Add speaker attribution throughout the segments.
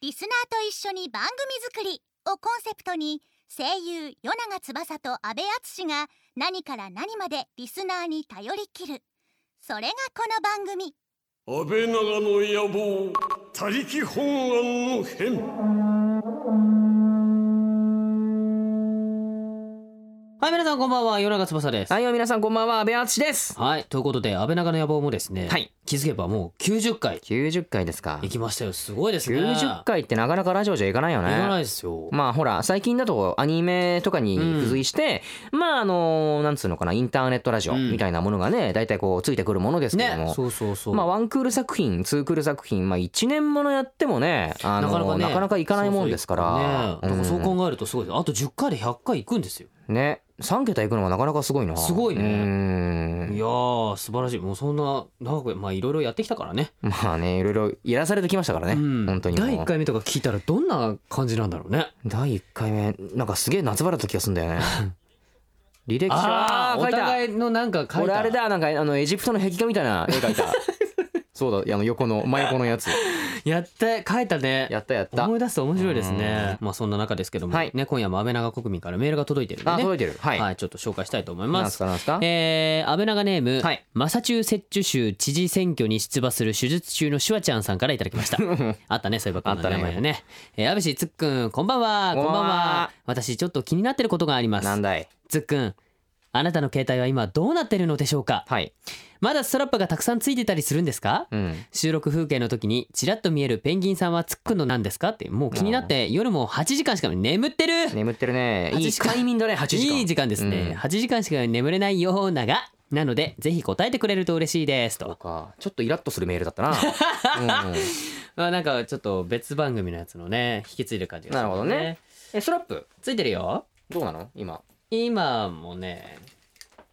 Speaker 1: リスナーと一緒に番組作り」をコンセプトに声優与永翼と阿部淳が何から何までリスナーに頼りきるそれがこの番組
Speaker 2: 安倍長の野望他力本願の変
Speaker 3: はい、皆さんこんばんは、夜中翼です。
Speaker 4: はい、皆さんこんばんは、安部敦です。
Speaker 3: はい、ということで、安倍長の野望もですね、
Speaker 4: はい、
Speaker 3: 気づけばもう90回
Speaker 4: 90回ですか
Speaker 3: 行。きましたよ。すごいですね。
Speaker 4: 90回ってなかなかラジオじゃいかないよね。
Speaker 3: 行かないですよ。
Speaker 4: まあほら、最近だとアニメとかに付随して、まああの、なんつうのかな、インターネットラジオ
Speaker 3: うん
Speaker 4: みたいなものがね、大体こうついてくるものですけど
Speaker 3: ね、
Speaker 4: も。
Speaker 3: そうそうそう。
Speaker 4: まあ、ワンクール作品ツークール作品、まあ、1年ものやってもねあのなかなか
Speaker 3: ね
Speaker 4: いかないもんですから
Speaker 3: そうそうね、だからそう
Speaker 4: うん
Speaker 3: 考えるとすごいです。あと10回で100回行くんですよ。
Speaker 4: ね3桁いくのはなかなかすごいな
Speaker 3: すごいね
Speaker 4: ね
Speaker 3: いやー、素晴らしい。もうそんな長く、まあいろいろやってきたからね。
Speaker 4: まあねいろいろやらされてきましたからね、
Speaker 3: うん
Speaker 4: 本当にもう
Speaker 3: 第1回目とか聞いたらどんな感じなんだろうね。
Speaker 4: 第1回目なんかすげえ夏場だった気がすんだよね 履歴書
Speaker 3: あー
Speaker 4: あー書
Speaker 3: お
Speaker 4: いた
Speaker 3: 互いのなんか書い
Speaker 4: 俺
Speaker 3: た。
Speaker 4: あれだなんかあのエジプトの壁画みたいな絵描 いたそうだあの横の真横のやつ
Speaker 3: やって、書いたね。
Speaker 4: やったやった
Speaker 3: 思い出すと面白いですね。まあそんな中ですけども、
Speaker 4: はい
Speaker 3: ね、今夜も安倍長国民からメールが届いてるんで
Speaker 4: あ
Speaker 3: ね。
Speaker 4: 届いてるはい、
Speaker 3: はい、ちょっと紹介したいと思い
Speaker 4: なん
Speaker 3: ます
Speaker 4: か。なんすか、
Speaker 3: えー、安倍長ネーム、
Speaker 4: はい
Speaker 3: マサチューセッチュ州知事選挙に出馬する手術中のシュワちゃんさんからいただき ましたあったねそういえばこんな名前
Speaker 4: あった
Speaker 3: ねえー、安倍氏つっくんこんばんは
Speaker 4: こんばんは
Speaker 3: 私ちょっと気になってることがあります
Speaker 4: なんだい
Speaker 3: つっくんあなたの携帯は今どうなってるのでしょうか
Speaker 4: はい
Speaker 3: まだストラップがたくさんついてたりするんですか
Speaker 4: うん
Speaker 3: 収録風景の時にちらっと見えるペンギンさんはつっくんのなんですかってもう気になって夜も8時間しか眠ってる
Speaker 4: 眠ってるねいい
Speaker 3: 8時間
Speaker 4: 快眠だね8時間
Speaker 3: いい時間ですね、
Speaker 4: うん
Speaker 3: 8時間しか眠れないようながなのでぜひ答えてくれると嬉しいです
Speaker 4: そう
Speaker 3: と
Speaker 4: かちょっとイラッとするメールだったな、 うん
Speaker 3: まあなんかちょっと別番組のやつのね引き継いでる感じがす
Speaker 4: なるほどねえストラップ
Speaker 3: ついてるよ
Speaker 4: どうなの今
Speaker 3: 今もね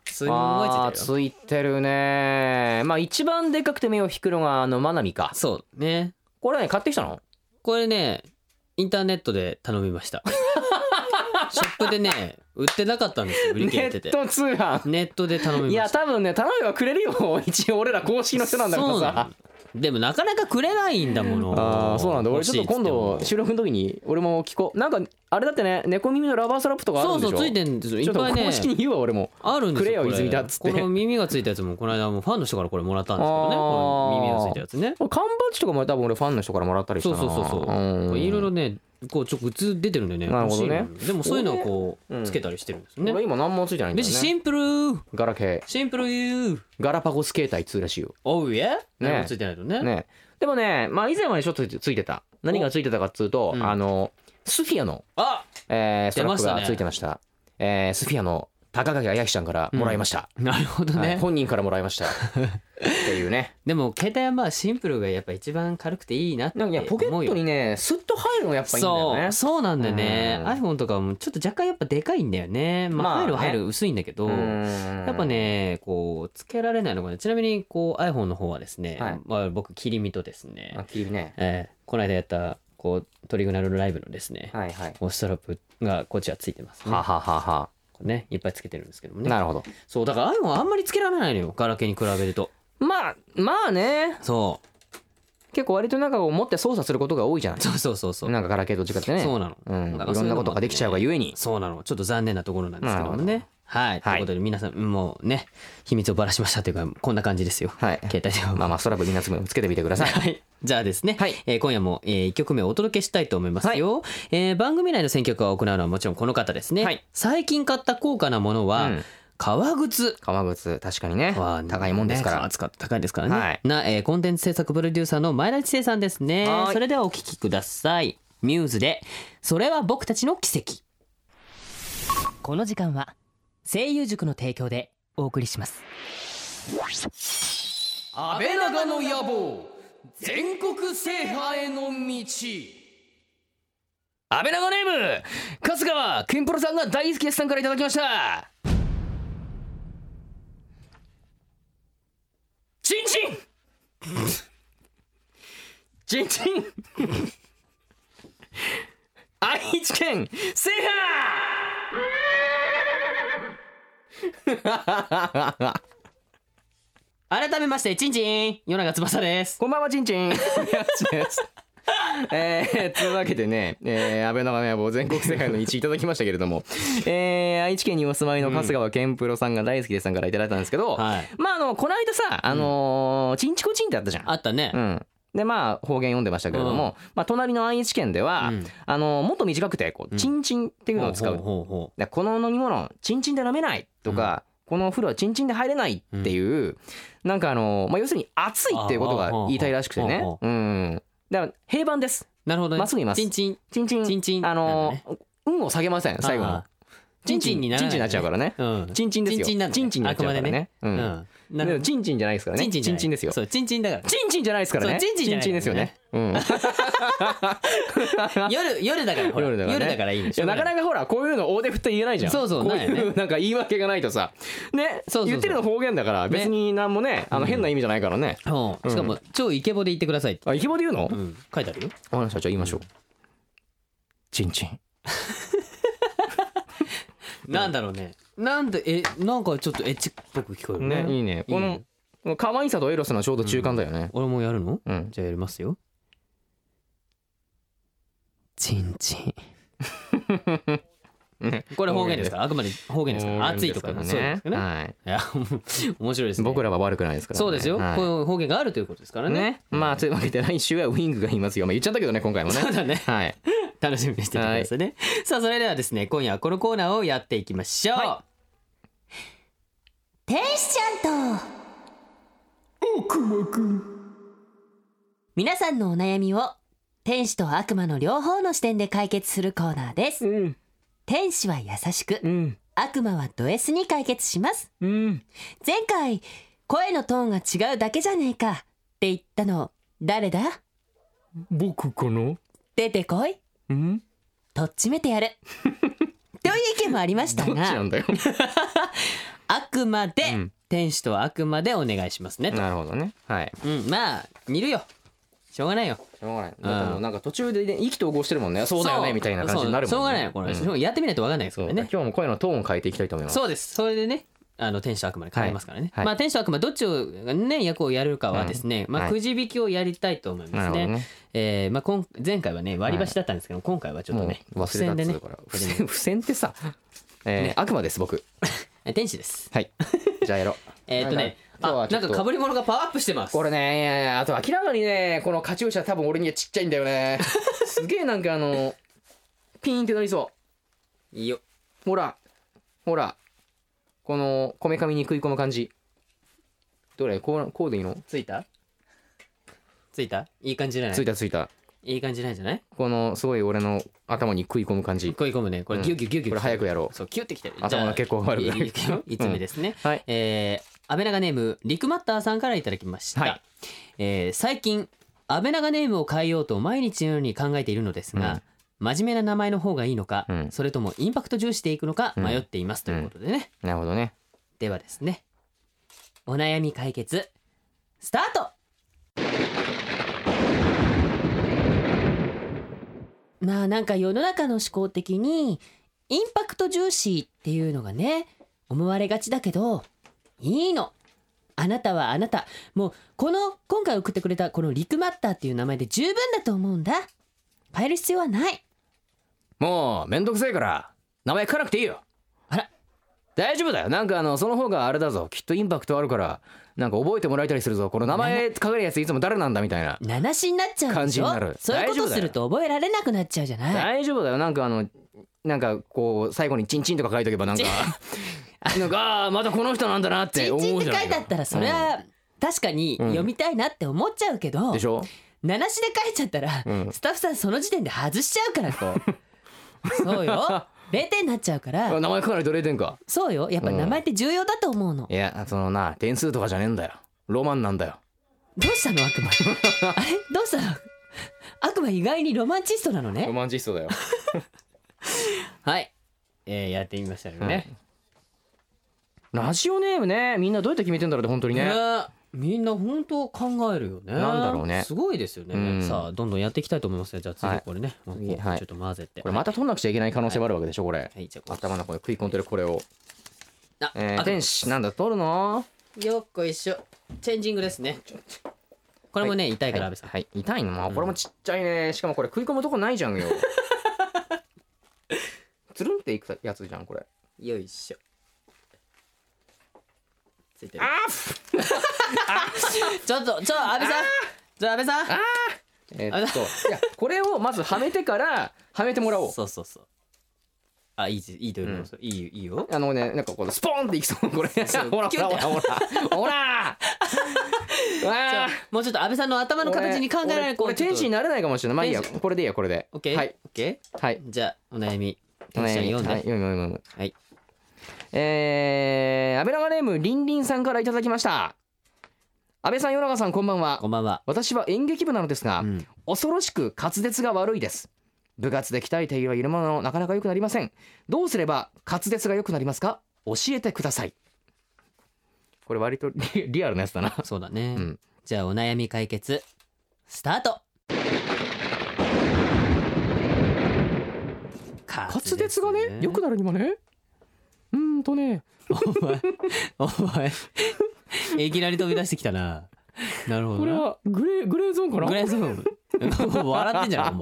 Speaker 3: すんごい
Speaker 4: あー
Speaker 3: ついてるよ
Speaker 4: ついてるねまあ一番でかくて目を引くのがあのマナミか
Speaker 3: そうね
Speaker 4: これね買ってきたの
Speaker 3: これねインターネットで頼みま したショップでね売ってなかったんですよ売
Speaker 4: ネ
Speaker 3: り切れて
Speaker 4: ッ
Speaker 3: て
Speaker 4: ト通販
Speaker 3: ネットで頼みました
Speaker 4: いや多分ね頼めばくれるよ 一応俺ら公式の人なんだから
Speaker 3: そうな
Speaker 4: さ
Speaker 3: のでもなかなかくれないんだもの
Speaker 4: あーそうなんだ俺ちょっと今
Speaker 3: 欲
Speaker 4: 度
Speaker 3: しいっつって
Speaker 4: 収録の時に俺も聞こうなんかあれだってね猫耳のラバーストラップとかあ
Speaker 3: も
Speaker 4: る
Speaker 3: そう
Speaker 4: ん
Speaker 3: そ
Speaker 4: で
Speaker 3: う
Speaker 4: しょ
Speaker 3: ついてるんですよい
Speaker 4: ちょ
Speaker 3: っ
Speaker 4: っと
Speaker 3: ぱいね
Speaker 4: 公式に言うわ俺も
Speaker 3: あるんですよ
Speaker 4: くれよ
Speaker 3: こ
Speaker 4: 泉田っつって
Speaker 3: この耳がついたやつもこの間もうファンの人からこれもらったんですけどねこ
Speaker 4: あー
Speaker 3: の耳がついたやつね
Speaker 4: これ缶バッジとかも多分俺ファンの人からもらったりした
Speaker 3: そう
Speaker 4: な
Speaker 3: そうそうそうこ
Speaker 4: ん
Speaker 3: れいろいろねこうちょっとグッズ出てるんでね
Speaker 4: なるほどね
Speaker 3: 欲しいのでもそういうのをこ
Speaker 4: う
Speaker 3: うんつけたりしてるんですよ
Speaker 4: 俺
Speaker 3: ね
Speaker 4: 今何もついてないんだ
Speaker 3: 別に
Speaker 4: よね
Speaker 3: シンプル
Speaker 4: ガラケー
Speaker 3: シンプルユー
Speaker 4: ガラパゴス携帯2らしいよ
Speaker 3: おうえ
Speaker 4: ね
Speaker 3: 何もついてないとね
Speaker 4: ねでもねまあ以前はねちょっとついてた何がついてたかっつうと、
Speaker 3: うん
Speaker 4: あのスフィアの、
Speaker 3: あ
Speaker 4: えー、ストラ
Speaker 3: 出ま
Speaker 4: ップ
Speaker 3: したね
Speaker 4: がついてましたえースフィアの高垣彩希さんからもらいました、
Speaker 3: なるほど
Speaker 4: はい
Speaker 3: ね
Speaker 4: 本人からもらいました っていうね
Speaker 3: でも携帯はまあシンプルがやっぱ一番軽くていいなって
Speaker 4: なん
Speaker 3: 思う
Speaker 4: かいや
Speaker 3: よ
Speaker 4: ポケットにねスッと入るのやっぱいいんだよ
Speaker 3: そう
Speaker 4: ね
Speaker 3: そうなんだよね
Speaker 4: うん
Speaker 3: iPhone とかもちょっと若干やっぱでかいんだよねまあ
Speaker 4: まあ
Speaker 3: 入
Speaker 4: ね
Speaker 3: るは入る薄いんだけど、
Speaker 4: うん
Speaker 3: やっぱねこうつけられないのがねちなみにこう iPhone の方はですね、
Speaker 4: はい
Speaker 3: まあ、僕切り身とですね
Speaker 4: あ、きりね
Speaker 3: えーこの間やったこうトリグナルライブのですね、
Speaker 4: はいはい
Speaker 3: こうストラップがこっちはついてますね
Speaker 4: はははは、
Speaker 3: こうねいっぱいつけてるんですけども
Speaker 4: な
Speaker 3: ね
Speaker 4: るほど
Speaker 3: そうだから iPhone あんまりつけられないのよガラケーに比べると
Speaker 4: まあまあね
Speaker 3: そ
Speaker 4: 結構割となんかこう持って操作することが多いじゃな
Speaker 3: うそうそうそうそう、
Speaker 4: いなんかガラケーと違ってね
Speaker 3: そうなの、
Speaker 4: うん、い
Speaker 3: だから
Speaker 4: ろ
Speaker 3: そうんいう
Speaker 4: な
Speaker 3: のもあって
Speaker 4: ことができちゃうがゆえに
Speaker 3: そうなのちょっと残念なところなんですけども
Speaker 4: な
Speaker 3: ねはい、
Speaker 4: はい
Speaker 3: ということで皆さんもうね秘密をばらしましたというかこんな感じですよ、
Speaker 4: はい
Speaker 3: 携帯電話
Speaker 4: まあまあストラップみんなつけてみてくださ い。
Speaker 3: はい。じゃあですね、
Speaker 4: はい
Speaker 3: えー今夜も、え1曲目をお届けしたいと思いますよ、えー番組内の選曲を行うのはもちろんこの方ですね、
Speaker 4: はい
Speaker 3: 最近買った高価なものは、
Speaker 4: うん
Speaker 3: 革靴
Speaker 4: 革靴確かにね
Speaker 3: は
Speaker 4: 高いもんですか
Speaker 3: ね
Speaker 4: ら。
Speaker 3: 扱って高いですからね、
Speaker 4: はい
Speaker 3: な、えーコンテンツ制作プロデューサーの前田知世さんですね
Speaker 4: はい
Speaker 3: それではお聴きくださいミューズでそれは僕たちの奇跡この時間は声優塾の提供でお送りします
Speaker 4: 安倍長の野望全国制覇への道。安倍長ネーム春日はケンプロさんが大好きですさんからいただきました。チンチン。 チンチ ン。愛知県制覇。
Speaker 3: 改めましてちんちん夜長翼です
Speaker 4: こんばんは、ちんちん。 えー、というわけでね、えー、安倍長野野望全国世界の一致いただきましたけれども、えー、愛知県にお住まいの春日は健プロさんが大好きでさんからいただいたんですけど、
Speaker 3: はい。
Speaker 4: まああのこの間さあのーチンチコチンってあったじゃん
Speaker 3: あったね。
Speaker 4: うん、でまあ方言読んでましたけれども、まあ、隣の愛知県では、
Speaker 3: うん
Speaker 4: あのもっと短くてこう「チンチン」っていうのを使う,、
Speaker 3: ほほうほ
Speaker 4: でこの飲み物「チンチンで飲めない」とか、このお風呂はチンチンで入れない」っていう、なんかあの、まあ、要するに「熱い」っていうことが言いたいらしくて
Speaker 3: あ
Speaker 4: ね
Speaker 3: ほうほ
Speaker 4: うんだから平板です
Speaker 3: うなるほどね。
Speaker 4: まっすぐいます
Speaker 3: チンチン。
Speaker 4: チンチン
Speaker 3: チンチン
Speaker 4: あの、
Speaker 3: なん
Speaker 4: 運を下げません最後
Speaker 3: あ
Speaker 4: の
Speaker 3: あチンチンになら
Speaker 4: チ
Speaker 3: ない
Speaker 4: ンチンになっちゃうからね
Speaker 3: うん。
Speaker 4: チンチンですよ
Speaker 3: チンチンなんだね
Speaker 4: チンチンになっちゃうからね
Speaker 3: う
Speaker 4: うん
Speaker 3: ん。な
Speaker 4: で
Speaker 3: る
Speaker 4: もチンチンじゃないですからね
Speaker 3: チンチンじゃない
Speaker 4: ですよ
Speaker 3: そう、チンチンだか
Speaker 4: チンチンじゃないですからね
Speaker 3: そうチンチンじゃない
Speaker 4: ですよねうん
Speaker 3: ら。夜、夜だから、ほら
Speaker 4: 夜だからね
Speaker 3: 夜だからいいで
Speaker 4: い
Speaker 3: し
Speaker 4: や
Speaker 3: ょ。
Speaker 4: なかなかほらこういうの大手振って言えないじゃん
Speaker 3: そうそう
Speaker 4: こう
Speaker 3: ないよ
Speaker 4: いう
Speaker 3: ね
Speaker 4: なんか言い訳がないとさね
Speaker 3: そうそうそう
Speaker 4: 言ってるの方言だから別に何もねあの変な意味じゃないからね、
Speaker 3: うんしかも、超イケボで言ってくださいって。
Speaker 4: あイケボで言うの、
Speaker 3: うん。書いてあるよ。
Speaker 4: あの社長言いましょう、チンチン
Speaker 3: なんだろうね。なんで、え、なんかちょっとエッチっぽく聞こえる
Speaker 4: ねいい
Speaker 3: ね。
Speaker 4: ねこ
Speaker 3: いい
Speaker 4: の
Speaker 3: ね
Speaker 4: この可愛さとエロさのちょうど中間だよね
Speaker 3: 俺もやるの
Speaker 4: うん、
Speaker 3: じゃあやりますよ。チンチン。これ方言ですから、あくまで方言ですから、熱いとか
Speaker 4: ね
Speaker 3: そうですよね。
Speaker 4: はい
Speaker 3: いや、もう面白いですね。
Speaker 4: 僕らは悪くないですからね、
Speaker 3: そうですよ。
Speaker 4: はい
Speaker 3: こういう方言があるということですからね。
Speaker 4: ねまあというわけで来週はウィングがいますよまあ言っちゃったけどね今回もね
Speaker 3: そうだね。
Speaker 4: はい
Speaker 3: 楽しみにしててくださいね。さあ、それではですね、今夜はこのコーナーをやっていきましょう。
Speaker 1: 天使ちゃんと
Speaker 5: 皆さんのお悩みを天使と悪魔の両方の視点で解決するコーナーです、
Speaker 4: ん
Speaker 5: 天使は優しく、
Speaker 4: ん
Speaker 5: 悪魔はド S に解決します
Speaker 4: うん
Speaker 5: 前回声のトーンが違うだけじゃねえかって言ったの誰だ
Speaker 4: 僕かな
Speaker 5: 出てこい
Speaker 4: うん
Speaker 5: とっちめてや るという意見もありました
Speaker 4: どっちな
Speaker 5: が
Speaker 4: んだよ
Speaker 3: あくまで、
Speaker 4: うん
Speaker 3: 天使と悪魔でお願いしますね。
Speaker 4: なるほどねはい
Speaker 3: うん、まあ、似るよ。しょうがないよ。
Speaker 4: しょうがない。
Speaker 3: ん
Speaker 4: だってもうなんか途中でね意気投合してるもんね。そうだよねみたいな感じになるもんね。
Speaker 3: そうしょうがないよ、これ。
Speaker 4: うん
Speaker 3: しょうやってみないとわかんないです
Speaker 4: そ
Speaker 3: か
Speaker 4: う
Speaker 3: ら
Speaker 4: だね。
Speaker 3: ね
Speaker 4: 今。日も声のトーンを変えていきたいと思います。
Speaker 3: そうです。それでね、あの天使と悪魔に変えますからね。
Speaker 4: はいはい
Speaker 3: まあ天使と悪魔どっちをね役をやるかはですね、ま
Speaker 4: は
Speaker 3: あ
Speaker 4: い
Speaker 3: くじ引きをやりたいと思いま
Speaker 4: な
Speaker 3: す
Speaker 4: るほ
Speaker 3: ね。
Speaker 4: どね。
Speaker 3: えーまあ今前回はね割り箸だったんですけど、今回はちょっ
Speaker 4: も
Speaker 3: と
Speaker 4: う
Speaker 3: ね
Speaker 4: 忘れたっ
Speaker 3: 付箋で
Speaker 4: つ
Speaker 3: ね
Speaker 4: うから。付箋付箋って さ、えー悪魔です僕。
Speaker 3: え天使です。
Speaker 4: はい。 じゃあやろう。
Speaker 3: えーっとね、
Speaker 4: なんか今日
Speaker 3: あ
Speaker 4: はちょ
Speaker 3: な
Speaker 4: っ
Speaker 3: ん
Speaker 4: と
Speaker 3: か被り物がパワーアップしてます。
Speaker 4: これねいやいやあと明らかにねこのカチューシャ多分俺にはちっちゃいんだ よね。すげえなんかあのピーンってなりそう。
Speaker 3: いいよ。
Speaker 4: ほら、ほら、このこめかみに食い込む感じ。どれこうこうでいいの
Speaker 3: ついた？ついた？いい感じじゃない？
Speaker 4: ついたついた。
Speaker 3: いい感じなんじゃない？
Speaker 4: このすごい俺の頭に食い込む感じ。
Speaker 3: 食い込むね。これ
Speaker 4: うん
Speaker 3: ギュギュギュギュ。
Speaker 4: これ早くやろう
Speaker 3: そうキュってきてる。
Speaker 4: 頭が結構悪くなる
Speaker 3: いいいいよいつ目ですね。
Speaker 4: はい。
Speaker 3: えー、安倍長ネームリクマッターさんからいただきました、
Speaker 4: はい
Speaker 3: えー最近安倍長ネームを変えようと毎日のように考えているのですが、
Speaker 4: うん
Speaker 3: 真面目な名前の方がいいのか、
Speaker 4: うん
Speaker 3: それともインパクト重視でいくのか迷っていますということでね、
Speaker 4: なるほどね。
Speaker 3: ではですねお悩み解決スタート
Speaker 5: まあなんか世の中の思考的にインパクト重視っていうのがね思われがちだけどいいのあなたはあなたもうこの今回送ってくれたこのリクマッターっていう名前で十分だと思うんだ変える必要はない
Speaker 4: もうめんどくせえから名前書かなくていいよ。
Speaker 3: あら
Speaker 4: 大丈夫だよ。なんかあのその方があれだぞ。きっとインパクトあるからなんか覚えてもらえたりするぞ。この名前書かれるやついつも誰なんだみたいな。
Speaker 5: 名無しになっちゃうでしょ
Speaker 4: 感じになる
Speaker 5: そういうこ
Speaker 4: 大丈夫
Speaker 5: と
Speaker 4: だ
Speaker 5: す
Speaker 4: よ
Speaker 5: ると覚えられなくなっちゃうじゃない
Speaker 4: 大丈夫だよ。なんかあのなんかこう最後にチンチンとか書いとけばなんか なんかあーまたこの人なんだなって
Speaker 5: チン
Speaker 4: 思
Speaker 5: チン
Speaker 4: う
Speaker 5: っ
Speaker 4: じ
Speaker 5: て
Speaker 4: ゃ
Speaker 5: 書
Speaker 4: ない
Speaker 5: いてあったらそれ
Speaker 4: うん
Speaker 5: は確かに読みたいなって思っちゃうけど
Speaker 4: でしょ。
Speaker 5: 名無しで書いちゃったら、
Speaker 4: うん
Speaker 5: スタッフさんその時点で外しちゃうからこ うそうよ0点になっちゃうから
Speaker 4: 名前書かないと0点か。
Speaker 5: そうよやっぱ名前って重要だと思うの、
Speaker 4: いやそのな点数とかじゃねえんだよ。ロマンなんだよ。
Speaker 5: どうしたの 悪魔あれどうしたの悪魔意外にロマンチストなのね
Speaker 4: マンチストだよ。
Speaker 3: はい、えーやってみましたよね、
Speaker 4: ラジオネームねみんなどうやって決めてんだろうって本当に
Speaker 3: ね
Speaker 4: ね。
Speaker 3: みんな本当考えるよね
Speaker 4: なんだろうね
Speaker 3: すごいですよね、
Speaker 4: うん
Speaker 3: さあどんどんやっていきたいと思いますねじゃあ
Speaker 4: は
Speaker 3: 次
Speaker 4: い
Speaker 3: これね、もう
Speaker 4: 次はい
Speaker 3: ちょっと混ぜて
Speaker 4: これまた取んなくちゃいけない可能性もあるわけでしょこれ
Speaker 3: は。いじゃあこ
Speaker 4: 頭のこれ食い込んでるこれを。
Speaker 3: うあ、
Speaker 4: えー
Speaker 3: あ
Speaker 4: 天使なんだ取るの？
Speaker 3: よっこいしょチェンジングですねこれもね、痛いから
Speaker 4: は
Speaker 3: 安倍
Speaker 4: い
Speaker 3: さん、
Speaker 4: はい痛いのまあこれもちっちゃいねしかもこれ食い込むとこないじゃ んよつるんっていくやつじゃんこれ
Speaker 3: よいしょついてるちょっとちょっと安倍さんちょ安倍さん
Speaker 4: えーっといやこれをまずはめてからはめてもらおう
Speaker 3: そうそうそうあいいじいいと思います、いいよいいよ
Speaker 4: あのねなんかこのスポーンっていきそうこれ ほらほらほらほらほら うわー
Speaker 3: もうちょっと安倍さんの頭の形に考えられる
Speaker 4: これ
Speaker 3: ちょっ
Speaker 4: 天
Speaker 3: と
Speaker 4: 使になれないかもしれないまあいいや
Speaker 3: 天
Speaker 4: これでいいやこれで
Speaker 3: オッケー、
Speaker 4: はい
Speaker 3: オッケ
Speaker 4: はい
Speaker 3: ーじゃあお悩み
Speaker 4: お
Speaker 3: 天使ちゃん
Speaker 4: 悩み
Speaker 3: 読んで、
Speaker 4: はい読む読む読む
Speaker 3: はい
Speaker 4: えー、安倍長ネームりんりんさんからいただきました安倍さん与永さんこんばんは
Speaker 3: こんばんは
Speaker 4: 私は演劇部なのですが、
Speaker 3: うん
Speaker 4: 恐ろしく滑舌が悪いです部活で鍛えているもののなかなか良くなりませんどうすれば滑舌が良くなりますか教えてくださいこれ割とリリアルなやつだな
Speaker 3: そうだね、
Speaker 4: うん
Speaker 3: じゃあお悩み解決スタート滑
Speaker 4: 滑舌がね良くなるにもねうーんとね
Speaker 3: お前お前いきなり飛び出してきたななるほど
Speaker 4: これ
Speaker 3: な
Speaker 4: はグレーグレーゾーンかな
Speaker 3: グレーゾーン 笑ってんじゃんも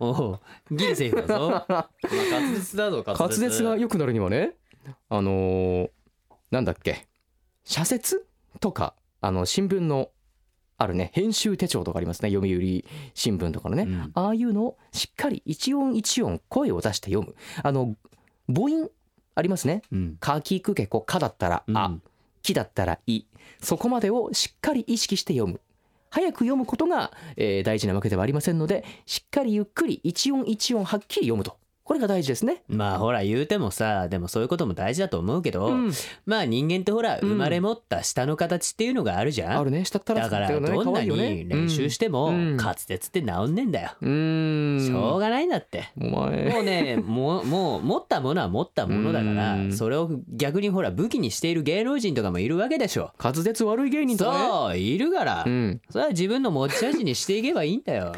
Speaker 3: うおうギリセーフだぞ滑舌だぞ
Speaker 4: 滑舌が良くなるにはねあのーなんだっけ社説とかあの新聞のあるね編集手帳とかありますね読売新聞とかのね、
Speaker 3: うん
Speaker 4: ああいうのをしっかり一音一音声を出して読むあの母音ありますね
Speaker 3: うん
Speaker 4: 「かきくけこ」「か」だったら「あ」
Speaker 3: うん
Speaker 4: き」だったら「い」そこまでをしっかり意識して読む早く読むことが、えー大事なわけではありませんのでしっかりゆっくり一音一音はっきり読むとこれが大事ですね。
Speaker 3: まあほら言うてもさでもそういうことも大事だと思うけど、
Speaker 4: うん
Speaker 3: まあ人間ってほら
Speaker 4: ん
Speaker 3: 生まれ持った舌の形っていうのがあるじゃん、
Speaker 4: あるねしたったら
Speaker 3: だからどんなに練習しても
Speaker 4: うん
Speaker 3: 滑舌って治んねえんだよ、
Speaker 4: うーん
Speaker 3: しょうがないんだって、
Speaker 4: お前
Speaker 3: もう ねもうもう持ったものは持ったものだか
Speaker 4: うん
Speaker 3: らそれを逆にほら武器にしている芸能人とかもいるわけでしょ
Speaker 4: 滑舌悪い芸人とかね
Speaker 3: そういるから、
Speaker 4: うん
Speaker 3: それは自分の持ち味にしていけばいいんだ よ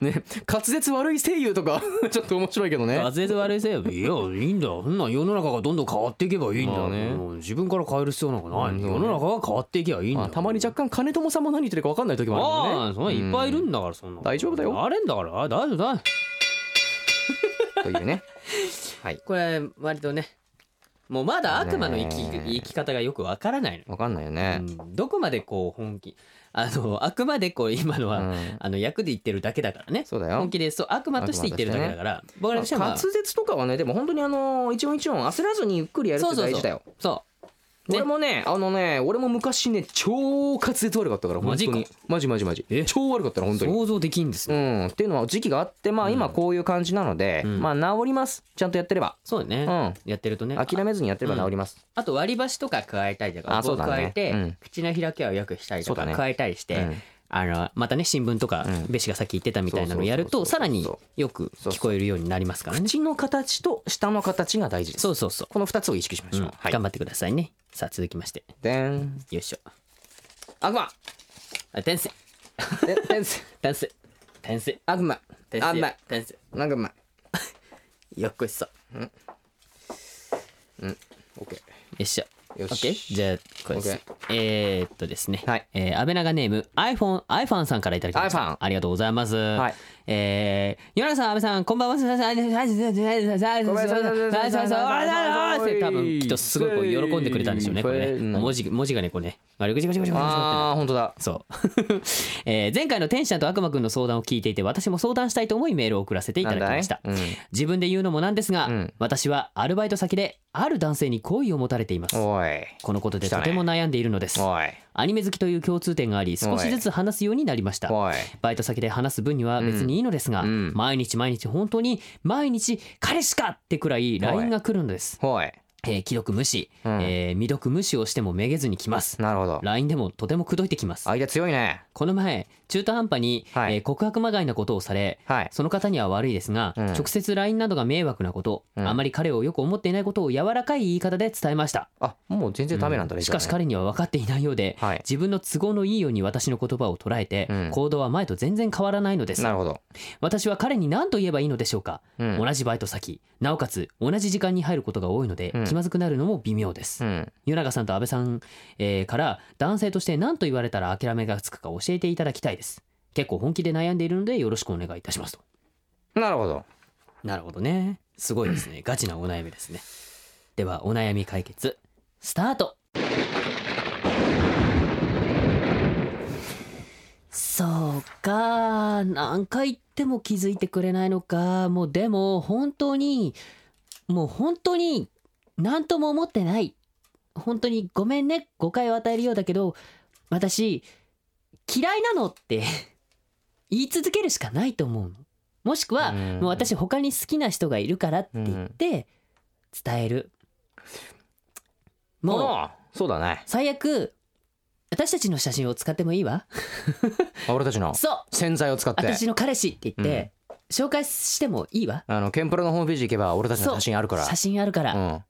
Speaker 4: ね滑舌悪い声優とか ちょっと面白いけどね
Speaker 3: 滑舌悪いせよいやいいんだそんなん世の中がどんどん変わっていけばいいんだ、
Speaker 4: まあね
Speaker 3: もう自分から変える必要なんかない、
Speaker 4: うん
Speaker 3: 世の中が変わっていけばいいんだ
Speaker 4: あたまに若干金友さんも何言ってるか分かんない時もあるもん
Speaker 3: ああ
Speaker 4: ね
Speaker 3: そんないっぱいいるんだからそんな
Speaker 4: 大丈夫だよ
Speaker 3: あれんだからあ大丈夫だ
Speaker 4: というねはい
Speaker 3: これ割とねもうまだ悪魔の生き
Speaker 4: ねえ
Speaker 3: 生き方がよくわからないの
Speaker 4: 分かんないよね
Speaker 3: うんどこまでこう本気あのあくまでこう今のは、
Speaker 4: うん
Speaker 3: あの役で言ってるだけだからね
Speaker 4: そうだよ
Speaker 3: 本気でそう悪魔として言ってるだけだから、僕ら
Speaker 4: 滑
Speaker 3: としては、まあ、そう
Speaker 4: 舌とかはねでも本当にあの一音一音焦らずにゆっくりやるって大事だよ
Speaker 3: ね
Speaker 4: 俺もねあのね俺も昔ね超滑舌悪かったから本当
Speaker 3: マ
Speaker 4: に
Speaker 3: ジ
Speaker 4: マジマジマジ
Speaker 3: え
Speaker 4: 超悪かったの本当に
Speaker 3: 想像できんです
Speaker 4: う
Speaker 3: ね、
Speaker 4: ん、っていうのは時期があってまあ今こういう感じなので、
Speaker 3: うん
Speaker 4: まあ治りますちゃんとやってれば、
Speaker 3: そうだ
Speaker 4: う
Speaker 3: ね、
Speaker 4: ん、
Speaker 3: やってるとねあ
Speaker 4: 諦めずにやってれば治ります、
Speaker 3: あと割り箸とか加えたりと
Speaker 4: あ
Speaker 3: か
Speaker 4: そうだね
Speaker 3: 加えて、
Speaker 4: うん
Speaker 3: 口の開きを良くしたりと
Speaker 4: そうだ
Speaker 3: か
Speaker 4: ね
Speaker 3: 加えたりして、
Speaker 4: うん
Speaker 3: あのまたね新聞とか、
Speaker 4: うん
Speaker 3: べしがさっき言ってたみたいなのをやる
Speaker 4: そう
Speaker 3: と
Speaker 4: そうそ
Speaker 3: さ
Speaker 4: うそ
Speaker 3: ら
Speaker 4: う
Speaker 3: によく聞こえるようになりますからね
Speaker 4: 口の形と舌の形が大事です
Speaker 3: そうそうそう
Speaker 4: この2つを意識しましょう、
Speaker 3: うん
Speaker 4: はい
Speaker 3: 頑張ってくださいねさあ続きまして
Speaker 4: でん
Speaker 3: よいしょ
Speaker 4: 悪魔
Speaker 3: あ天性
Speaker 4: で 天使
Speaker 3: 天性天性
Speaker 4: 悪魔
Speaker 3: 天
Speaker 4: 悪魔
Speaker 3: 性天性
Speaker 4: 悪魔
Speaker 3: よっこいしょよ
Speaker 4: オッケ
Speaker 3: いしょ
Speaker 4: よし
Speaker 3: OK じゃあこれです
Speaker 4: OK
Speaker 3: えーっとですね、
Speaker 4: はい
Speaker 3: えー、安倍長ネーム iPhone iPhone さんからいただきまし
Speaker 4: iPhone
Speaker 3: たありがとうございます、
Speaker 4: はい
Speaker 3: えー、ヨナさん安倍さんこんばんはささささささ多分きっとすごいこう喜んでくれたんでしょうねこれね文字文字がねこうねあれぐちぐちぐちぐちぐちって
Speaker 4: あー本当だ
Speaker 3: そう、 えー前回の天使ちゃんと悪魔くんの相談を聞いていて私も相談したいと思いメールを送らせていただきました、
Speaker 4: なんだい
Speaker 3: 自分で言うのもなんですが、
Speaker 4: うん
Speaker 3: 私はアルバイト先である男性に好意を持たれています
Speaker 4: うんおい
Speaker 3: このことで
Speaker 4: 来た
Speaker 3: と
Speaker 4: ね
Speaker 3: ても悩んでいるのです、
Speaker 4: おい
Speaker 3: アニメ好きという共通点があり少しずつ話すようになりました
Speaker 4: おい
Speaker 3: バイト先で話す分には別にいいのですが、
Speaker 4: うんうん
Speaker 3: 毎日毎日本当に毎日彼氏かってくらい LINE が来るのです、
Speaker 4: おい
Speaker 3: えー既読無視、
Speaker 4: うん
Speaker 3: えー未読無視をしてもめげずに来ます
Speaker 4: なるほど
Speaker 3: LINE でもとても口説いてきます
Speaker 4: 相手強いね
Speaker 3: この前中途半端に、
Speaker 4: はい
Speaker 3: えー告白まがいなことをされ、
Speaker 4: はい
Speaker 3: その方には悪いですが、
Speaker 4: うん
Speaker 3: 直接 LINE などが迷惑なこと、
Speaker 4: うん
Speaker 3: あまり彼をよく思っていないことを柔らかい言い方で伝えました、
Speaker 4: あもう全然ダメなんだね、
Speaker 3: し
Speaker 4: じゃあ
Speaker 3: か
Speaker 4: ね
Speaker 3: し彼には分かっていないようで、
Speaker 4: はい
Speaker 3: 自分の都合のいいように私の言葉を捉えて、
Speaker 4: うん
Speaker 3: 行動は前と全然変わらないのです
Speaker 4: なるほど、
Speaker 3: 私は彼に何と言えばいいのでしょうか、
Speaker 4: うん
Speaker 3: 同じバイト先なおかつ同じ時間に入ることが多いので、
Speaker 4: うん
Speaker 3: 気まずくなるのも微妙です、
Speaker 4: うん、
Speaker 3: 湯永さんと安倍さん、えーから男性として何と言われたら諦めがつくか教
Speaker 6: えていただきたいです結構本気で悩んでいるのでよろしくお願いいたしますと
Speaker 4: なるほど
Speaker 6: なるほどねすごいです ねガチなお悩みですねではお悩み解決スタート
Speaker 3: そうか何回言っても気づいてくれないのかもうでも本当にもう本当に何とも思ってない本当にごめんね誤解を与えるようだけど私嫌いなのって 言い続けるしかないと思うのもしくは
Speaker 4: うん
Speaker 3: もう私他に好きな人がいるからって言って伝えるもう
Speaker 4: もうそうだね
Speaker 3: 最悪私たちの写真を使ってもいいわ
Speaker 4: あ俺たちの
Speaker 3: そう
Speaker 4: 洗剤を使って
Speaker 3: 私の彼氏って言って紹介してもいいわ
Speaker 4: あのケンプロのホームページ行けば俺たちの写真あるから
Speaker 3: 写真あるから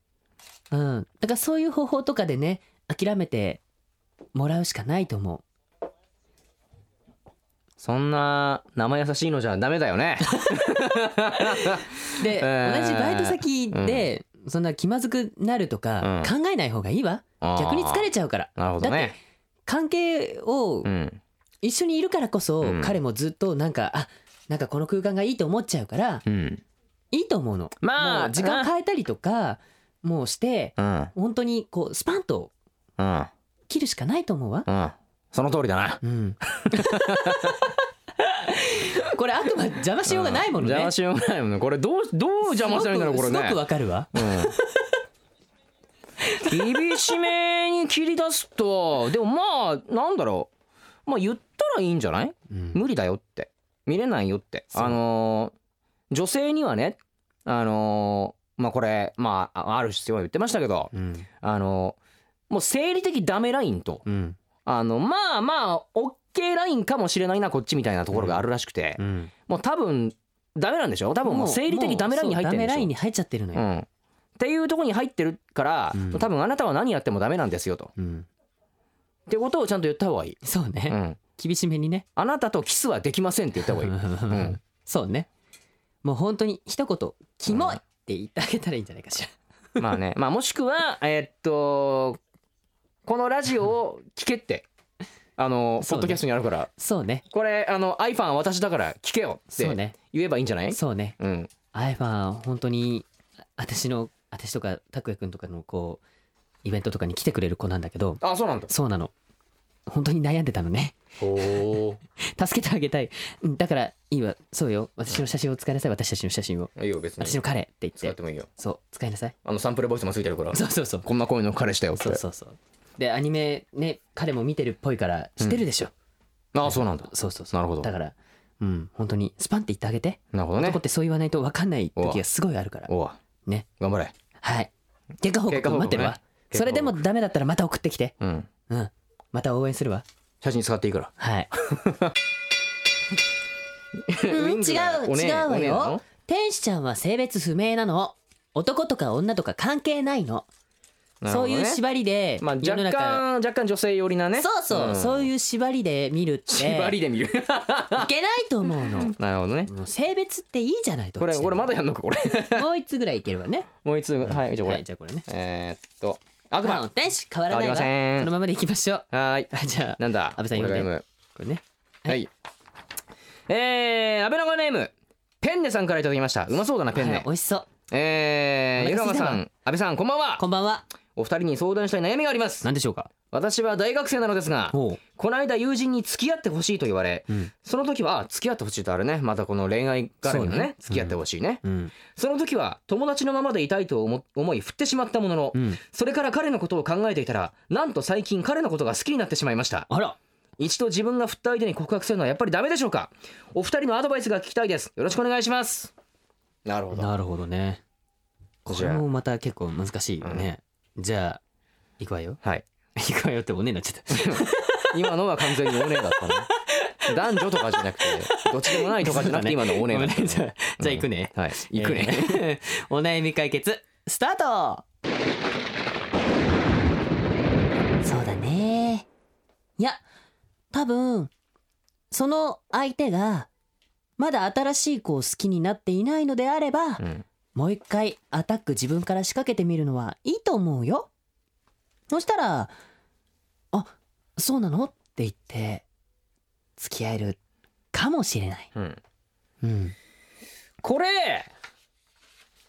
Speaker 4: うん
Speaker 3: うんだからそういう方法とかでね諦めてもらうしかないと思う
Speaker 4: そんな生優しいのじゃダメだよね
Speaker 3: で、
Speaker 4: えー
Speaker 3: 同じバイト先で、そんな気まずくなるとか、
Speaker 4: う
Speaker 3: 考えない方がいいわ
Speaker 4: あ ー
Speaker 3: 逆に疲れちゃうから
Speaker 4: なるほどね
Speaker 3: 関係を
Speaker 4: うん
Speaker 3: 一緒にいるからこそ、
Speaker 4: うん
Speaker 3: 彼もずっとなんかあなんかこの空間がいいと思っちゃうから
Speaker 4: うん
Speaker 3: いいと思うの、
Speaker 4: まあ
Speaker 3: もう時間変えたりとかもうして
Speaker 4: うん
Speaker 3: 本当にこうスパンと
Speaker 4: うん
Speaker 3: 切るしかないと思うわ
Speaker 4: うんその通りだな
Speaker 3: うん、 これあくまで邪魔しようがないものね
Speaker 4: 邪魔しようがないもんねこれどうどう邪魔するんだろうこれ
Speaker 3: すごくすごく
Speaker 4: ね
Speaker 3: わかるわ
Speaker 4: うん厳しめに切り出すとでもまあなんだろうまあ言ったらいいんじゃない無理だよって見れないよってあのー女性にはねあのーまあこれまああある必要は言ってましたけど
Speaker 6: うん
Speaker 4: あのーもう生理的ダメラインと
Speaker 6: うん
Speaker 4: あのまあまあ OK ラインかもしれないなこっちみたいなところがあるらしくて
Speaker 6: うん
Speaker 4: もう多分ダメなんでしょ多分もう生理的ダメラインに入ってるん
Speaker 3: もうそうダメ
Speaker 4: で
Speaker 3: ライ
Speaker 4: し
Speaker 3: ン
Speaker 4: ょ
Speaker 3: に入っちゃってるの
Speaker 4: う
Speaker 3: よ、
Speaker 4: ん、っていうところに入ってるから、
Speaker 6: うん
Speaker 4: 多分あなたは何やってもダメなんですよと。
Speaker 6: うん
Speaker 4: ってことをちゃんと言った方がいい。
Speaker 3: そうね、
Speaker 4: うん、
Speaker 3: 厳しめにね
Speaker 4: あなたとキスはできませんって言った方がいい。うん、
Speaker 3: そうねもう本当に一言「キモい!」って言ってあげたらいいんじゃないか しら
Speaker 4: まあね、まあもしくはえーっとこのラジオを聞けって。あの、ポ
Speaker 3: そうね
Speaker 4: ッドキャストにあるから
Speaker 3: そうね
Speaker 4: これあの iPhone は私だから聞けよっ
Speaker 3: そう
Speaker 4: て
Speaker 3: ね
Speaker 4: 言えばいいんじゃない
Speaker 3: そうね
Speaker 4: うん、
Speaker 3: アイファン本当にあ私の私とか拓也くんとかのこうイベントとかに来てくれる子なんだけど
Speaker 4: あそうなんだ
Speaker 3: そうなの本当に悩んでたのね
Speaker 4: お
Speaker 3: 助けてあげたいうんだからいいわそうよ私の写真を使いなさい私たちの写真を
Speaker 4: いいよ別に
Speaker 3: 私の彼って言っ
Speaker 4: 使っててもいいよ
Speaker 3: そう使いなさい
Speaker 4: あのサンプルボイスもついてるから
Speaker 3: そうそうそう
Speaker 4: こんな声の彼氏だよって
Speaker 3: そうそうそうでアニメね彼も見てるっぽいから知ってるでしょ、
Speaker 4: あそうなんだ
Speaker 3: そうそうそう
Speaker 4: なるほど
Speaker 3: だからうん本当にスパンって言ってあげて、
Speaker 4: なるほどね
Speaker 3: 男ってそう言わないと分かんない時がすごいあるから
Speaker 4: おわ
Speaker 3: ね
Speaker 4: 頑張れ
Speaker 3: はい結果報
Speaker 4: 結果
Speaker 3: 告待
Speaker 4: 報告
Speaker 3: ってるわ、
Speaker 4: ね結果報告
Speaker 3: それでもダメだったらまた送ってきて
Speaker 4: うん
Speaker 3: うんまた応援するわ
Speaker 4: 写真使っていいから
Speaker 3: はい
Speaker 4: ウ
Speaker 3: う
Speaker 4: ィ
Speaker 3: ん
Speaker 4: ン
Speaker 3: 違
Speaker 4: グが
Speaker 3: う
Speaker 4: お姉
Speaker 3: 違う
Speaker 4: お
Speaker 3: わ
Speaker 4: 姉なの
Speaker 3: よ天使ちゃんは性別不明なの男とか女とか関係ないの
Speaker 4: なるほ
Speaker 3: そ
Speaker 4: ど
Speaker 3: うい
Speaker 4: ね
Speaker 3: う縛りで
Speaker 4: まあ、
Speaker 3: 世の中、
Speaker 4: 若干若干女性寄りなね
Speaker 3: そうそう、そう
Speaker 4: う
Speaker 3: いう縛りで見るって
Speaker 4: ん縛りで見 る
Speaker 3: いけないと思う の
Speaker 4: なるほどね
Speaker 3: もう性別っていいじゃないと
Speaker 4: これ俺まだやんのかこれ
Speaker 3: もう一つぐらいいければね
Speaker 4: もう一つはいじゃあこ
Speaker 3: はい
Speaker 4: れ
Speaker 3: じゃあこれね
Speaker 4: えーっと悪
Speaker 3: ま
Speaker 4: 魔
Speaker 3: あ天使変わらないわこ
Speaker 4: 変わりません
Speaker 3: のままでいきましょ う
Speaker 4: はーい
Speaker 3: じゃあ
Speaker 4: なんだ
Speaker 3: 安倍さん呼んで
Speaker 4: 俺が読む
Speaker 3: これね
Speaker 4: はいえー安倍長ネームペンネさんからいただきましたうまそうだなペ
Speaker 3: は
Speaker 4: ン
Speaker 3: い
Speaker 4: ネ
Speaker 3: 美味しそう
Speaker 4: えー
Speaker 3: お
Speaker 4: 湯
Speaker 3: 腹空
Speaker 4: 川
Speaker 3: いたわ
Speaker 4: さん安倍さんこんばんは
Speaker 3: こんばんは
Speaker 4: お二人に相談したい悩みがあります
Speaker 6: 何でしょうか
Speaker 4: 私は大学生なのですが
Speaker 6: おう
Speaker 4: この間友人に付き合ってほしいと言われ、
Speaker 6: ん
Speaker 4: その時はあ付き合ってほしいとあれねまたこの恋愛絡みのね
Speaker 6: そうね
Speaker 4: 付き合ってほしいね、
Speaker 6: うん
Speaker 4: その時は友達のままでいたいと思思い振ってしまったものの、
Speaker 6: うん
Speaker 4: それから彼のことを考えていたらなんと最近彼のことが好きになってしまいました
Speaker 6: あら
Speaker 4: 一度自分が振った相手に告白するのはやっぱりダメでしょうかお二人のアドバイスが聞きたいですよろしくお願いしますなるほ
Speaker 6: なるほどねこ
Speaker 4: じゃ
Speaker 6: れ
Speaker 4: あ
Speaker 6: もまた結構難しいよねじゃあ行くわ よ
Speaker 4: はい
Speaker 6: 行くわよっておねえになっち ゃった
Speaker 4: 今のは完全にお姉だったね 男女とかじゃなくてどっちでもないとかじゃなくて今のお姉だったね
Speaker 6: じゃあじゃあ行くね
Speaker 4: はい行くね、
Speaker 6: えー お悩み解決スタート
Speaker 3: そうだねいや多分その相手がまだ新しい子を好きになっていないのであれば、
Speaker 4: うん
Speaker 3: もう一回アタック自分から仕掛けてみるのはいいと思うよそしたら「あそうなの?」って言って付き合えるかもしれない。
Speaker 7: うん
Speaker 3: うん。
Speaker 4: これ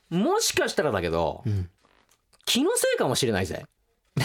Speaker 4: もしかしたらだけど
Speaker 3: うん。
Speaker 4: 気のせいかもしれないぜ
Speaker 3: 好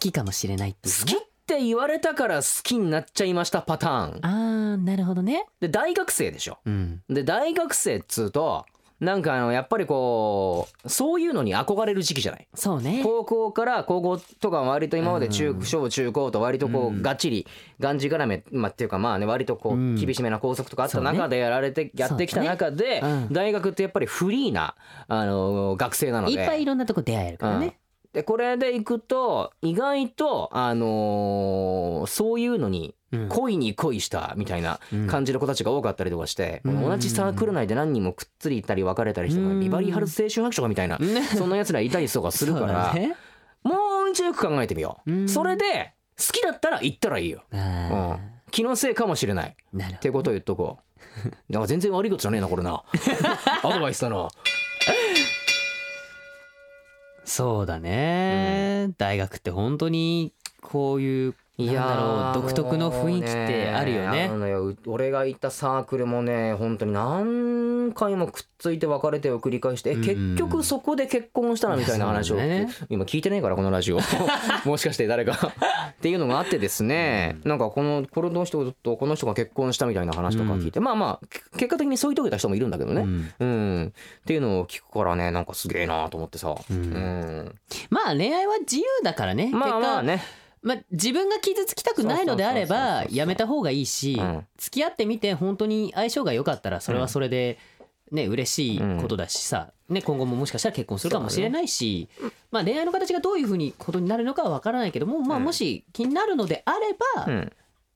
Speaker 3: きかもしれないっていう
Speaker 4: 好
Speaker 3: ね
Speaker 4: きって言われたから好きになっちゃいましたパターン
Speaker 3: あー、なるほどね。
Speaker 4: で大学生でしょ
Speaker 3: うん。
Speaker 4: で大学生っつうとなんかあのやっぱりこうそういうのに憧れる時期じゃない
Speaker 3: そうね。
Speaker 4: 高校から高校とかは割と今まで中
Speaker 3: うん
Speaker 4: 小中高と割とこ
Speaker 3: うん
Speaker 4: うがっちりがんじがらめ、まあ、っていうかまあね割とこ
Speaker 3: うん
Speaker 4: う厳しめな校則とかあった
Speaker 3: そうね
Speaker 4: 中でやられてやってきた中で
Speaker 3: そうだねうん
Speaker 4: 大学ってやっぱりフリーなあの学生なの
Speaker 3: いっぱいい
Speaker 4: で
Speaker 3: ろんなとこ出会えるからね。
Speaker 4: でこれでいくと意外とあのーそういうのに
Speaker 3: うん
Speaker 4: 恋に恋したみたいな
Speaker 3: うん
Speaker 4: 感じの子たちが多かったりとかして
Speaker 3: うん
Speaker 4: 同じサークル内で何人もくっつりいたり別れたりして
Speaker 3: うん
Speaker 4: ビバリーハルツ青春白書みたいな
Speaker 3: ね
Speaker 4: そんな奴らいたりとかするから
Speaker 3: そうだね
Speaker 4: もう一度よく考えてみよ
Speaker 3: う
Speaker 4: うんそれで好きだったら行ったらいいよ、う
Speaker 3: あ
Speaker 4: ん、気のせいかもしれない
Speaker 3: ーなる
Speaker 4: っ
Speaker 3: ほ
Speaker 4: てことを言っ とこうだから全然悪いことじゃねえなこれなアドバイスだな
Speaker 3: どそうだね、大学って本当にこういうなんだろう独特の雰囲気ってあるよね
Speaker 4: もうあるのよう俺が行ったサークルもね本当に何回もくっついて別れてを繰り返して、え
Speaker 3: うん
Speaker 4: 結局そこで結婚したなみたいな話
Speaker 3: そ
Speaker 4: を、
Speaker 3: うだね
Speaker 4: 今聞いてねえからこの ラジオもしかして誰かっていうのがあってですね、なんかこのこの人とこの人が結婚したみたいな話とか聞いて、まあまあけ結果的に添い遂げた人もいるんだけどね、
Speaker 3: うん
Speaker 4: うんっていうのを聞くからねなんかすげえなと思ってさ、
Speaker 3: う
Speaker 4: うんん、
Speaker 3: まあ恋愛は自由だからね、
Speaker 4: まあ
Speaker 3: 結
Speaker 4: ま
Speaker 3: 果
Speaker 4: あね
Speaker 3: まあ、自分が傷つきたくないのであれ
Speaker 4: そうそうそう
Speaker 3: ば
Speaker 4: そうそう
Speaker 3: やめた方がいいし、
Speaker 4: うん
Speaker 3: 付き合ってみて本当に相性が良かったらそれはそれで、ね嬉しいことだしさ、ね、今後ももしかしたら結婚するかもしれないし、まあ、恋愛の形がどういうふうにことになるのかは分からないけども、まあ、
Speaker 4: うん
Speaker 3: もし気になるのであれば、
Speaker 4: うん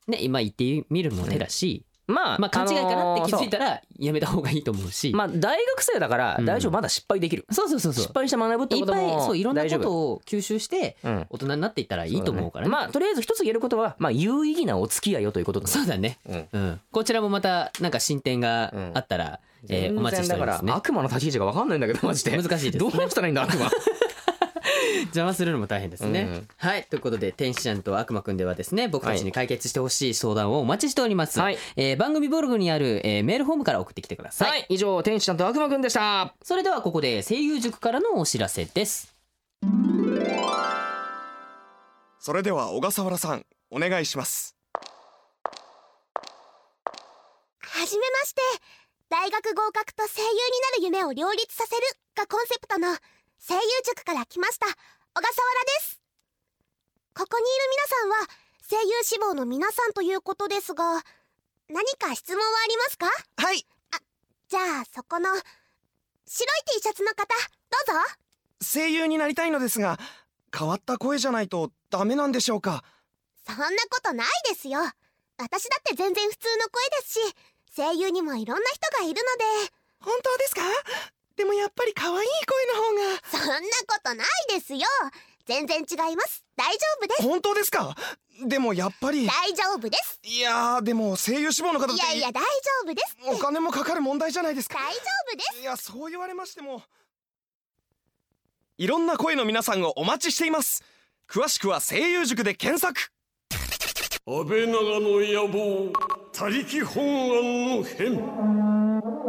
Speaker 3: ね、今言ってみるのも手だし、
Speaker 4: まあ、
Speaker 3: まあ、勘違いかなって気づい
Speaker 4: た
Speaker 3: たらやめた方がいいと思うし、
Speaker 4: まあ大学生だから
Speaker 3: うん
Speaker 4: 大丈夫まだ失敗できる、
Speaker 3: そうそうそうそう
Speaker 4: 失敗して学ぶって
Speaker 3: い
Speaker 4: こ
Speaker 3: っ
Speaker 4: と
Speaker 3: ぱい
Speaker 4: も
Speaker 3: そういろんなこ
Speaker 4: 大丈夫
Speaker 3: とを吸収して
Speaker 4: うん
Speaker 3: 大人になっていったらいいと思うからね。
Speaker 4: まあとりあえず一つ言えることはまあ有意義なお付き合いよということだね
Speaker 3: そうだね、
Speaker 4: うん
Speaker 3: うん、こちらもまたなんか進展があったら、えーお待ちしておりますね
Speaker 4: 全然だから悪魔の立ち位置が分かんないんだけどマジで
Speaker 3: 難しいですね
Speaker 4: どうしたらいいんだ悪 魔
Speaker 3: 邪魔するのも大変ですね、
Speaker 4: うん
Speaker 3: はいということで天使ちゃんと悪魔くんではですね僕たちに解決してほしい相談をお待ちしております、
Speaker 4: はい
Speaker 3: えー番組ブログにある、えーメールフォームから送ってきてください、
Speaker 4: はい以上天使ちゃんと悪魔くんでした
Speaker 3: それではここで声優塾からのお知らせです
Speaker 8: それでは小笠原さんお願いします
Speaker 1: はじめまして大学合格と声優になる夢を両立させるがコンセプトの声優塾から来ました小笠原ですここにいる皆さんは声優志望の皆さんということですが何か質問はありますか
Speaker 8: はい
Speaker 1: じゃあそこの白い T シャツの方どうぞ
Speaker 8: 声優になりたいのですが変わった声じゃないとダメなんでしょうか
Speaker 1: そんなことないですよ私だって全然普通の声ですし声優にもいろんな人がいるので
Speaker 8: 本当ですかでもやっぱり可愛い声の方
Speaker 1: そ
Speaker 8: が
Speaker 1: んなことないですよ全然違います大丈夫です
Speaker 8: 本当ですかでもやっぱり
Speaker 1: 大丈夫です
Speaker 8: いやーでも声優志望の方って
Speaker 1: いやいや大丈夫です
Speaker 8: お金もかかる問題じゃないですか
Speaker 1: 大 丈夫です
Speaker 8: いやそう言われましてもいろんな声の皆さんをお待ちしています詳しくは声優塾で検索
Speaker 2: 安倍長の野望他力本願の変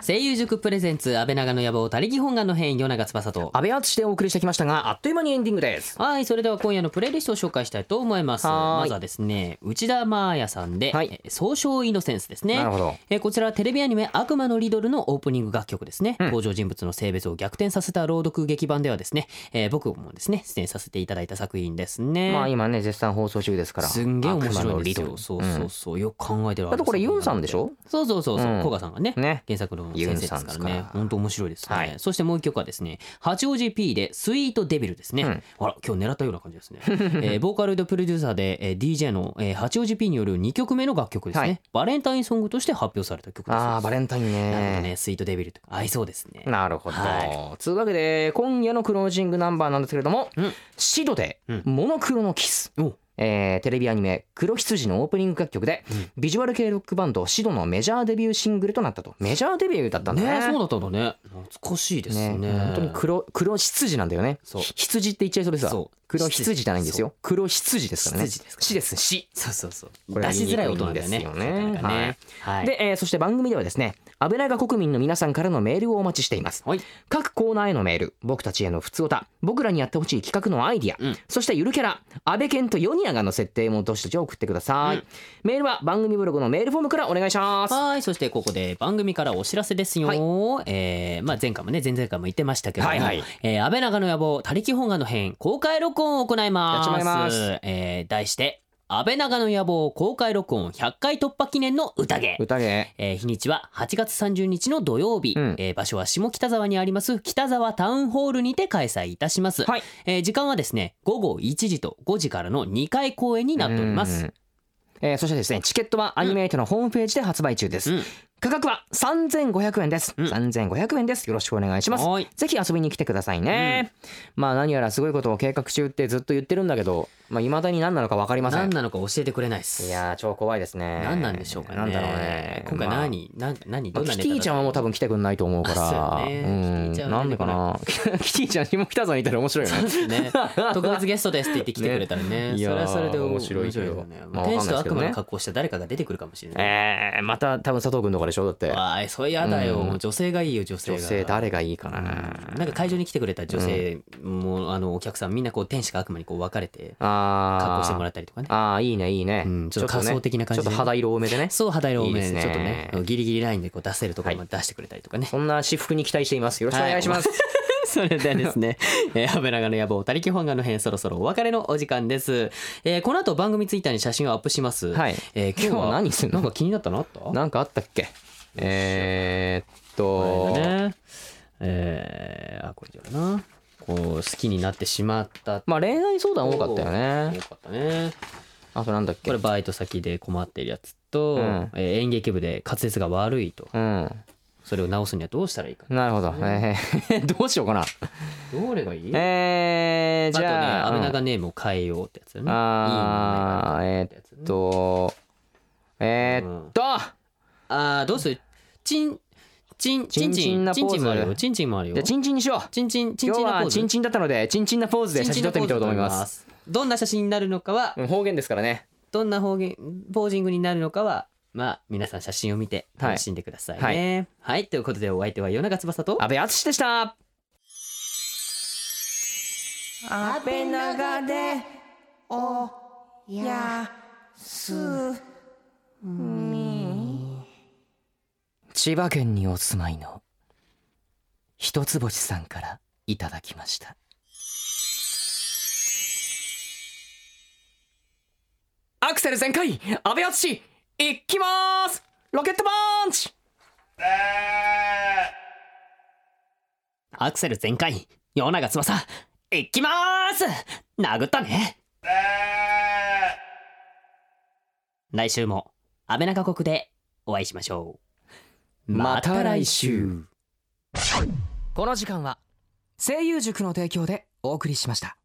Speaker 3: 声優塾プレゼンツ安倍長の野望他力本願の変与永翼と
Speaker 4: 安倍敦でお送りしてきましたがあっという間にエンディングです
Speaker 3: はいそれでは今夜のプレイリストを紹介したいと思います
Speaker 4: はーい
Speaker 3: まずはですね内田真彩さんで、
Speaker 4: はい
Speaker 3: えー総称イノセンスですね
Speaker 4: なるほど
Speaker 3: えーこちらはテレビアニメ「悪魔のリドル」のオープニング楽曲ですね、
Speaker 4: うん
Speaker 3: 登場人物の性別を逆転させた朗読劇版ではですね、えー僕もですね出演させていただいた作品ですね、
Speaker 4: まあ今ね絶賛放送中ですから
Speaker 3: すんげえ面
Speaker 4: 悪魔
Speaker 3: 白いん
Speaker 4: の
Speaker 3: で
Speaker 4: リ
Speaker 3: す
Speaker 4: ド
Speaker 3: よ
Speaker 4: ル
Speaker 3: そうそうそう、よく考えてる
Speaker 4: あとこれユンさんで
Speaker 3: ょ
Speaker 4: しょ
Speaker 3: そうそうそうそう、
Speaker 4: うん
Speaker 3: 古賀さんがね
Speaker 4: ね
Speaker 3: 原作の先生ですか
Speaker 4: ユンさんで
Speaker 3: ら
Speaker 4: す
Speaker 3: ね
Speaker 4: から
Speaker 3: 本当面白いですね、
Speaker 4: はい
Speaker 3: そしてもう一曲はですね八王子 P で「スイートデビル」ですね、
Speaker 4: うん
Speaker 3: あら今日狙ったような感じですね、えーボーカロイドプロデューサーで、えー DJ の、えー八王子 P による2曲目の楽曲ですね、
Speaker 4: はい
Speaker 3: バレンタインソングとして発表された曲です
Speaker 4: ああバレンタイン
Speaker 3: なるほど
Speaker 4: ね
Speaker 3: ねスイートデビルとか合いそうですね
Speaker 4: なるほど、
Speaker 3: は
Speaker 4: というわけで今夜のクロージングナンバーなんですけれども、
Speaker 3: うん
Speaker 4: シドで
Speaker 3: うん
Speaker 4: 「モノクロのキス」
Speaker 3: お
Speaker 4: えーテレビアニメ「黒羊」のオープニング楽曲で、ビジュアル系ロックバンドシドのメジャーデビューシングルとなったとメジャーデビューだったんだ
Speaker 3: ね
Speaker 4: ね
Speaker 3: えそうだったんだね懐かしいですね
Speaker 4: ね本当に黒黒羊なんだよね
Speaker 3: そう
Speaker 4: ひ羊って言っちゃいそうでさ
Speaker 3: そう
Speaker 4: 黒羊じゃないんですよ黒羊ですからね
Speaker 3: 羊ですから
Speaker 4: 死です死
Speaker 3: そうそうそう
Speaker 4: これ
Speaker 3: 出
Speaker 4: は
Speaker 3: しづらい音なん
Speaker 4: 言
Speaker 3: だ
Speaker 4: い
Speaker 3: よ
Speaker 4: に
Speaker 3: ね
Speaker 4: くいんで
Speaker 3: なかな
Speaker 4: すよね
Speaker 3: かねはい
Speaker 4: で、えーそして番組ではですね安倍長国民の皆さんからのメールをお待ちしています、
Speaker 3: はい
Speaker 4: 各コーナーへのメール僕たちへの普通歌僕らにやってほしい企画のアイディア、
Speaker 3: うん
Speaker 4: そしてゆるキャラ安倍健とヨニアがの設定もどしどし送ってください、
Speaker 3: うん
Speaker 4: メールは番組ブログのメールフォームからお願いします
Speaker 3: はいそしてここで番組からお知らせですよ、
Speaker 4: はい
Speaker 3: えーまあ、前回もね前々回も言ってましたけども、
Speaker 4: はいはい
Speaker 3: えー安倍長の野望「他力本願」の編公開録音を行います
Speaker 4: やっちまいます
Speaker 3: えー題して「安倍長の野望公開録音100回突破記念の宴」
Speaker 4: 宴
Speaker 3: えー日にちは8月30日の土曜日、
Speaker 4: うん
Speaker 3: えー場所は下北沢にあります北沢タウンホールにて開催いたします、
Speaker 4: はい
Speaker 3: えー時間はですね午後1時と5時からの2回公演になっております
Speaker 4: うんえーそしてですねチケットはアニメイトのホームページで発売中です、
Speaker 3: うん
Speaker 4: 価格は3500円です、
Speaker 3: うん
Speaker 4: 3500円ですよろしくお願いします
Speaker 3: はい
Speaker 4: ぜひ遊びに来てくださいね、まあ何やらすごいことを計画中ってずっと言ってるんだけどまあ未だに何なのか分かりませ
Speaker 3: 何
Speaker 4: ん
Speaker 3: なのか教えてくれないです
Speaker 4: いやー超怖いですね
Speaker 3: 何なんでしょうかね
Speaker 4: なんだろうね
Speaker 3: 今回
Speaker 4: まあ
Speaker 3: 何、な何
Speaker 4: ま
Speaker 3: ど
Speaker 4: あ
Speaker 3: んな
Speaker 4: キ
Speaker 3: ネタ
Speaker 4: テ
Speaker 3: だ
Speaker 4: ィちゃんはもう多分来てくんないと思うから
Speaker 3: あそうよねキティちゃんは
Speaker 4: なんでかな キティちゃん下北沢にいたら面白いよね
Speaker 3: ね 特別ゲストですって言って来てくれたらね
Speaker 4: ね
Speaker 3: それはそれで
Speaker 4: いやー面白いけど
Speaker 3: よね
Speaker 4: まあ
Speaker 3: 天使と
Speaker 4: わ
Speaker 3: 悪
Speaker 4: かんないですけどね
Speaker 3: 魔の格好した誰かが出てくるかもしれない、
Speaker 4: えー、また多分佐藤君とかでしょだって
Speaker 3: わあそれやだよ、
Speaker 4: うん
Speaker 3: 女性がいいよ女性が
Speaker 4: 女性誰がいいかな、
Speaker 3: なんか会場に来てくれた女性も、あのお客さんみんなこう天使か悪魔にこう分かれて
Speaker 4: ああ
Speaker 3: 格好してもらったりとかね
Speaker 4: ああいいねいいね、
Speaker 3: うんちょっと
Speaker 4: ね
Speaker 3: 仮想的な感じで
Speaker 4: ちょっと肌色多めでね
Speaker 3: そう肌色多め
Speaker 4: いいですね
Speaker 3: ちょっとねギリギリラインでこう出せるところまで出してくれたりとかね、
Speaker 4: そんな私服に期待していますよろしくお願いします、
Speaker 3: それではです ね、えー、安倍長の野望、他力本願の編、そろそろお別れのお時間です。えー、この後番組ツイッターに写真をアップします。
Speaker 4: はい
Speaker 3: えー、今日
Speaker 4: 今日
Speaker 3: は
Speaker 4: 何すんの
Speaker 3: なんか気に なったのあった
Speaker 4: なんかあったっけえー、っ、
Speaker 3: ことれだね。えー、あ、これじゃな。こう、好きになってしまった。
Speaker 4: まあ恋愛相談多かったよね
Speaker 3: よかったね。
Speaker 4: あとなんだっけ
Speaker 3: これバイト先で困ってるやつと、
Speaker 4: うん
Speaker 3: えー演劇部で滑舌が悪いと。
Speaker 4: うん
Speaker 3: それを直すにはどうしたらいいか。
Speaker 4: なるほど、えー、 どうしようかな
Speaker 3: どれがいい
Speaker 4: えー、じゃ
Speaker 3: あ
Speaker 4: あ
Speaker 3: とね、安倍
Speaker 4: うん
Speaker 3: 長ネームを変えようってやつだよね。
Speaker 4: あー
Speaker 3: いい
Speaker 4: え
Speaker 3: ね
Speaker 4: ーっとえー、っと、
Speaker 3: あーどうするチンチンチンチ
Speaker 4: チンチン
Speaker 3: ン
Speaker 4: な
Speaker 3: チン
Speaker 4: ポーズ
Speaker 3: チンもあるよチンチンもあるよ
Speaker 4: じゃあチンチンにしよう
Speaker 3: チンチンチン
Speaker 4: 今
Speaker 3: チ
Speaker 4: 日
Speaker 3: ンな
Speaker 4: は
Speaker 3: ポーズ
Speaker 4: チンチンだったのでチンチンなポーズで写真撮ってみたいと思いま
Speaker 3: チンチンのポーズ
Speaker 4: す
Speaker 3: と思いまどんな写真になるのかは
Speaker 4: うん方言ですからね
Speaker 3: どんな方言ポージングになるのかはまあ皆さん写真を見て楽しんでくださいねはい、ということでお相手は夜中翼と
Speaker 4: 安倍敦でした
Speaker 1: 安倍長でおや
Speaker 4: 千葉県にお住まいの一つ星さんからいただきましたアクセル全開安倍敦いきますロケットパンチ
Speaker 3: アクセル全開夜長翼いきます殴ったね来週も安倍中国でお会いしましょう
Speaker 4: また来週この時間は声優塾の提供でお送りしました